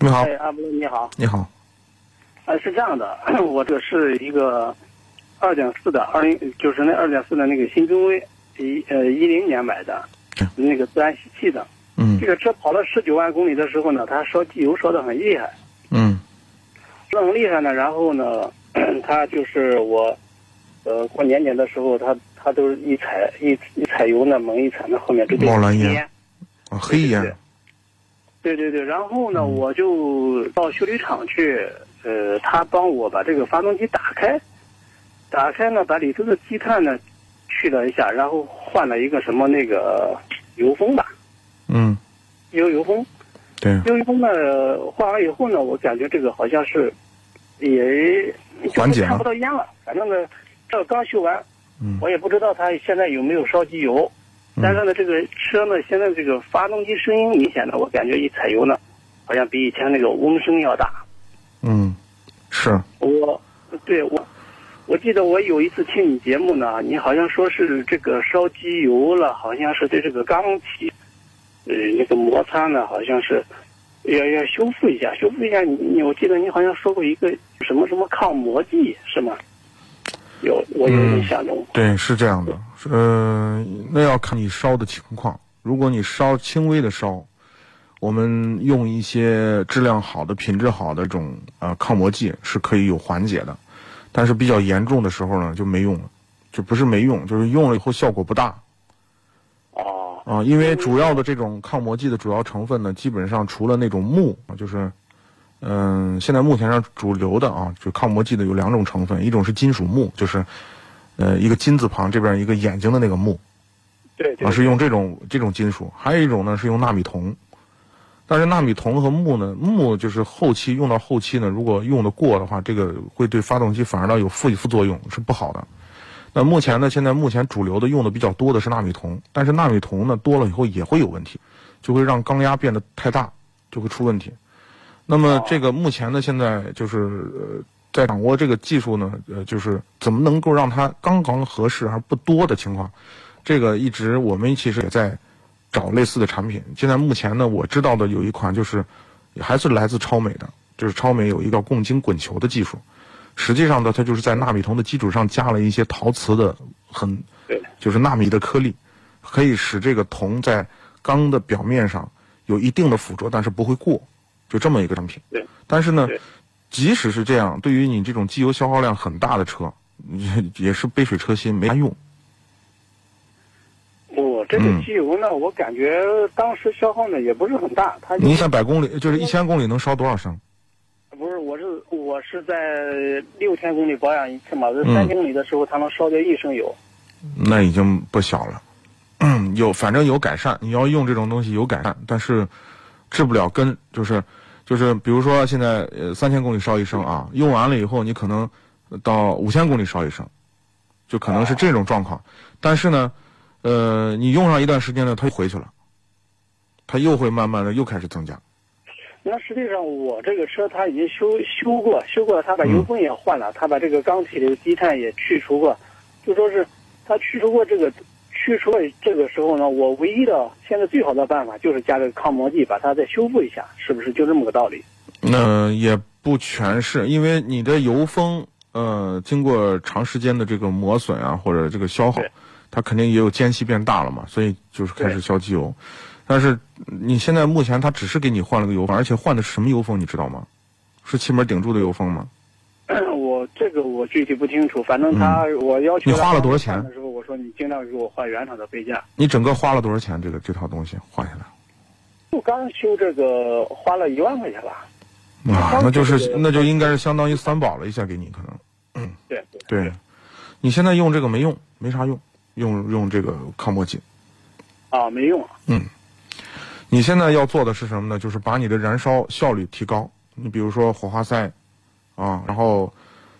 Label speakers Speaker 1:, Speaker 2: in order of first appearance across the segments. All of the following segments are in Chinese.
Speaker 1: 你好
Speaker 2: 哎，，阿波罗你好，
Speaker 1: 你好，
Speaker 2: 呃，是这样的， 我这是一个二点四的二零，就是那二点四的那个新中威，一呃一零年买的
Speaker 1: 嗯，
Speaker 2: 那个自然吸气的。
Speaker 1: 嗯
Speaker 2: 这个车跑了十九万公里的时候呢，它烧机油烧得很厉害，
Speaker 1: 嗯
Speaker 2: 烧得很厉害呢。然后呢， 它就是我，呃，过年年的时候，它它都是一踩一一踩油呢，猛一踩，那后面就
Speaker 1: 冒蓝烟
Speaker 2: 烟。
Speaker 1: 啊，黑烟，
Speaker 2: 对对对，然后呢，我就到修理厂去，呃，他帮我把这个发动机打开，打开呢，把里头的积碳呢去了一下，然后换了一个什么那个油封吧，
Speaker 1: 嗯，
Speaker 2: 油油封，
Speaker 1: 对，
Speaker 2: 油油封呢换完以后呢，我感觉这个好像是也
Speaker 1: 缓解
Speaker 2: 就是
Speaker 1: 了
Speaker 2: 看不到烟了，反正呢，这刚修完，
Speaker 1: 嗯
Speaker 2: 我也不知道它现在有没有烧机油，但是呢，这个车呢，现在这个发动机声音明显的，我感觉一踩油呢，好像比以前那个嗡声要大。
Speaker 1: 嗯，是，
Speaker 2: 我，对我，我记得我有一次听你节目呢，你好像说是这个烧机油了，好像是对这个缸体，呃，那个摩擦呢，好像是要要修复一下，修复一下。你你，我记得你好像说过一个什么什么抗磨剂是吗？有，我有印象中。
Speaker 1: 对，是这样的，呃，那要看你烧的情况。如果你烧轻微的烧，我们用一些质量好的、品质好的这种呃抗磨剂是可以有缓解的，但是比较严重的时候呢就没用了，就不是没用，就是用了以后效果不大
Speaker 2: 哦，
Speaker 1: 啊、因为主要的这种抗磨剂的主要成分呢，基本上除了那种木，啊就是嗯、现在目前上主流的啊，就抗磨剂的有两种成分，一种是金属木，就是呃一个金字旁这边一个眼睛的那个木，
Speaker 2: 对对
Speaker 1: 啊，，是用这种这种金属，还有一种呢是用纳米铜，但是纳米铜和木呢，木就是后期用到后期呢，如果用的过的话，这个会对发动机反而倒有副副作用，是不好的。那目前呢，现在目前主流的用的比较多的是纳米铜，但是纳米铜呢多了以后也会有问题，就会让缸压变得太大，就会出问题。那么
Speaker 2: 哦
Speaker 1: 这个目前呢，现在就是呃，在掌握这个技术呢，呃，就是怎么能够让它刚刚合适而不多的情况，这个一直我们其实也在找类似的产品。现在目前呢，我知道的有一款就是还是来自超美的，就是超美有一个共晶滚球的技术。实际上呢，它就是在纳米铜的基础上加了一些陶瓷的很
Speaker 2: 对，
Speaker 1: 就是纳米的颗粒，可以使这个铜在钢的表面上有一定的附着，但是不会过，就这么一个产品
Speaker 2: 对。
Speaker 1: 但是呢
Speaker 2: 对，
Speaker 1: 即使是这样，对于你这种机油消耗量很大的车， 也也是杯水车薪，没啥用。
Speaker 2: 我这个
Speaker 1: 嗯
Speaker 2: 机油呢，我感觉当时消耗呢也不是很大，它就
Speaker 1: 你一下百公里就是一千公里能烧多少升？
Speaker 2: 不是，我是我是在六千公里保养一次嘛，在
Speaker 1: 嗯
Speaker 2: 三千公里的时候它能烧掉一升油。
Speaker 1: 那已经不小了。嗯有反正有改善，你要用这种东西有改善，但是治不了根，就是就是比如说现在呃三千公里烧一升啊，用完了以后你可能到五千公里烧一升，就可能是这种状况。但是呢，呃，你用上一段时间呢，它又回去了，它又会慢慢的又开始增加。
Speaker 2: 那实际上我这个车它已经修修过，修过了，它把油封也换了，它把这个缸体里的积碳也去除过，就说是它去除过这个。去除了这个时候呢，我唯一的现在最好的办法就是加这个抗磨剂，把它再修复一下，是不是就这么个道理？
Speaker 1: 那呃也不全是，因为你的油封，呃，经过长时间的这个磨损啊，或者这个消耗
Speaker 2: 对，
Speaker 1: 它肯定也有间隙变大了嘛，所以就是开始
Speaker 2: 对
Speaker 1: 消机油。但是你现在目前它只是给你换了个油封，而且换的是什么油封，你知道吗？是气门顶住的油封吗？
Speaker 2: 我这个我具体不清楚，反正他、我要求
Speaker 1: 嗯你花
Speaker 2: 他
Speaker 1: 了多少钱
Speaker 2: 看的时候我说你尽量给我换原厂的杯架。
Speaker 1: 你整个花了多少钱？这个这套东西换下来
Speaker 2: 我刚修这个花了一万块钱吧。
Speaker 1: 啊，
Speaker 2: 当
Speaker 1: 那就
Speaker 2: 时
Speaker 1: 是
Speaker 2: 这个
Speaker 1: 那就应该是相当于三保了一下给你，可能
Speaker 2: 对对
Speaker 1: 对。你现在用这个没用，没啥用，用用这个抗磨剂。
Speaker 2: 啊，没用啊。
Speaker 1: 嗯你现在要做的是什么呢？就是把你的燃烧效率提高。你比如说火花塞，啊，然后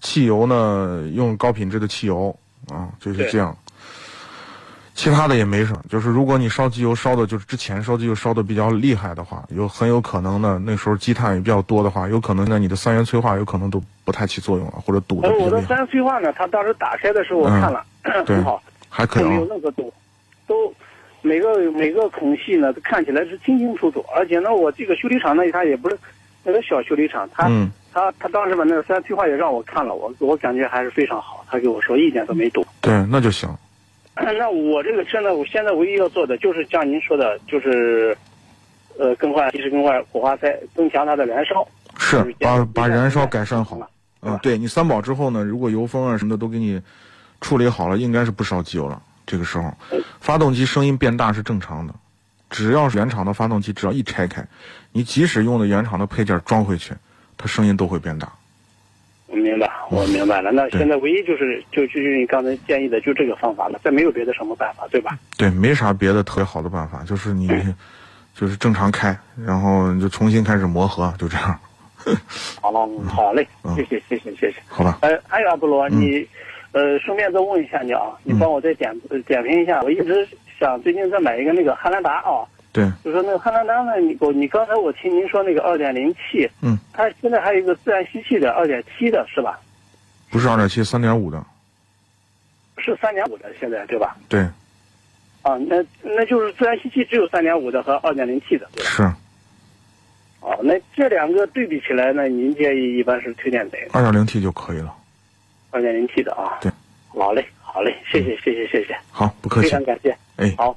Speaker 1: 汽油呢，用高品质的汽油啊，就是
Speaker 2: 对
Speaker 1: 这样。其他的也没什么，就是如果你烧机油烧的，就是之前烧机油烧的比较厉害的话，有很有可能呢，那时候积碳也比较多的话，有可能呢你的三元催化有可能都不太起作用了，或者堵的
Speaker 2: 而哦
Speaker 1: 比
Speaker 2: 我
Speaker 1: 较
Speaker 2: 的
Speaker 1: 厉害，
Speaker 2: 三催化呢，他当时打开的时候我看了，
Speaker 1: 嗯 对
Speaker 2: 很好，
Speaker 1: 还可
Speaker 2: 它
Speaker 1: 以
Speaker 2: 没
Speaker 1: 啊
Speaker 2: 有。任何堵，都每个每个孔隙呢看起来是清清楚楚，而且呢，我这个修理厂呢，它也不是那个小修理厂，它、
Speaker 1: 嗯
Speaker 2: 它它当时把那个三催化也让我看了，我我感觉还是非常好，他给我说一点都没堵。
Speaker 1: 对，那就行。
Speaker 2: 那我这个车呢，我现在唯一要做的就是像您说的，就是。呃，更换及时更换火花塞，增强它的燃烧。
Speaker 1: 是
Speaker 2: 就是
Speaker 1: 把
Speaker 2: 减
Speaker 1: 把燃烧改善好
Speaker 2: 减了。对
Speaker 1: 嗯
Speaker 2: 吧，
Speaker 1: 对你三保之后呢，如果油封啊什么的都给你处理好了，应该是不烧机油了。这个时候，发动机声音变大是正常的，只要是原厂的发动机，只要一拆开，你即使用的原厂的配件装回去，它声音都会变大。
Speaker 2: 我明白，我明白了。那
Speaker 1: 嗯对
Speaker 2: 现在唯一就是，就就是你刚才建议的，就这个方法了，再没有别的什么办法，对吧？
Speaker 1: 对，没啥别的特别好的办法，就是你就是正常开，然后你就重新开始磨合，就这样，
Speaker 2: 好，好嘞
Speaker 1: 嗯，
Speaker 2: 谢谢，谢谢，谢谢。
Speaker 1: 好吧？
Speaker 2: 呃，还有阿波罗，你，呃，顺便再问一下你啊，
Speaker 1: 嗯
Speaker 2: 你帮我再点呃点评一下，我一直想最近再买一个那个汉兰达啊，
Speaker 1: 对，
Speaker 2: 就说那个汉兰达呢，你我你刚才我听您说那个二点零 T，
Speaker 1: 嗯，
Speaker 2: 它现在还有一个自然吸气的二点七的是吧？
Speaker 1: 不是二点七，三点五的，
Speaker 2: 是三点五的现在对吧？
Speaker 1: 对，
Speaker 2: 啊，那那就是自然吸气只有三点五的和二点零 T 的，对吧？
Speaker 1: 是
Speaker 2: 哦，那这两个对比起来呢，您建议一般是推荐哪个？
Speaker 1: 二点零 T 就可以了。
Speaker 2: 二点零 T 的啊？
Speaker 1: 对，
Speaker 2: 好嘞，好嘞，谢谢，谢谢，谢谢，
Speaker 1: 好，不客
Speaker 2: 非
Speaker 1: 气，
Speaker 2: 常感谢，
Speaker 1: 哎。
Speaker 2: 好。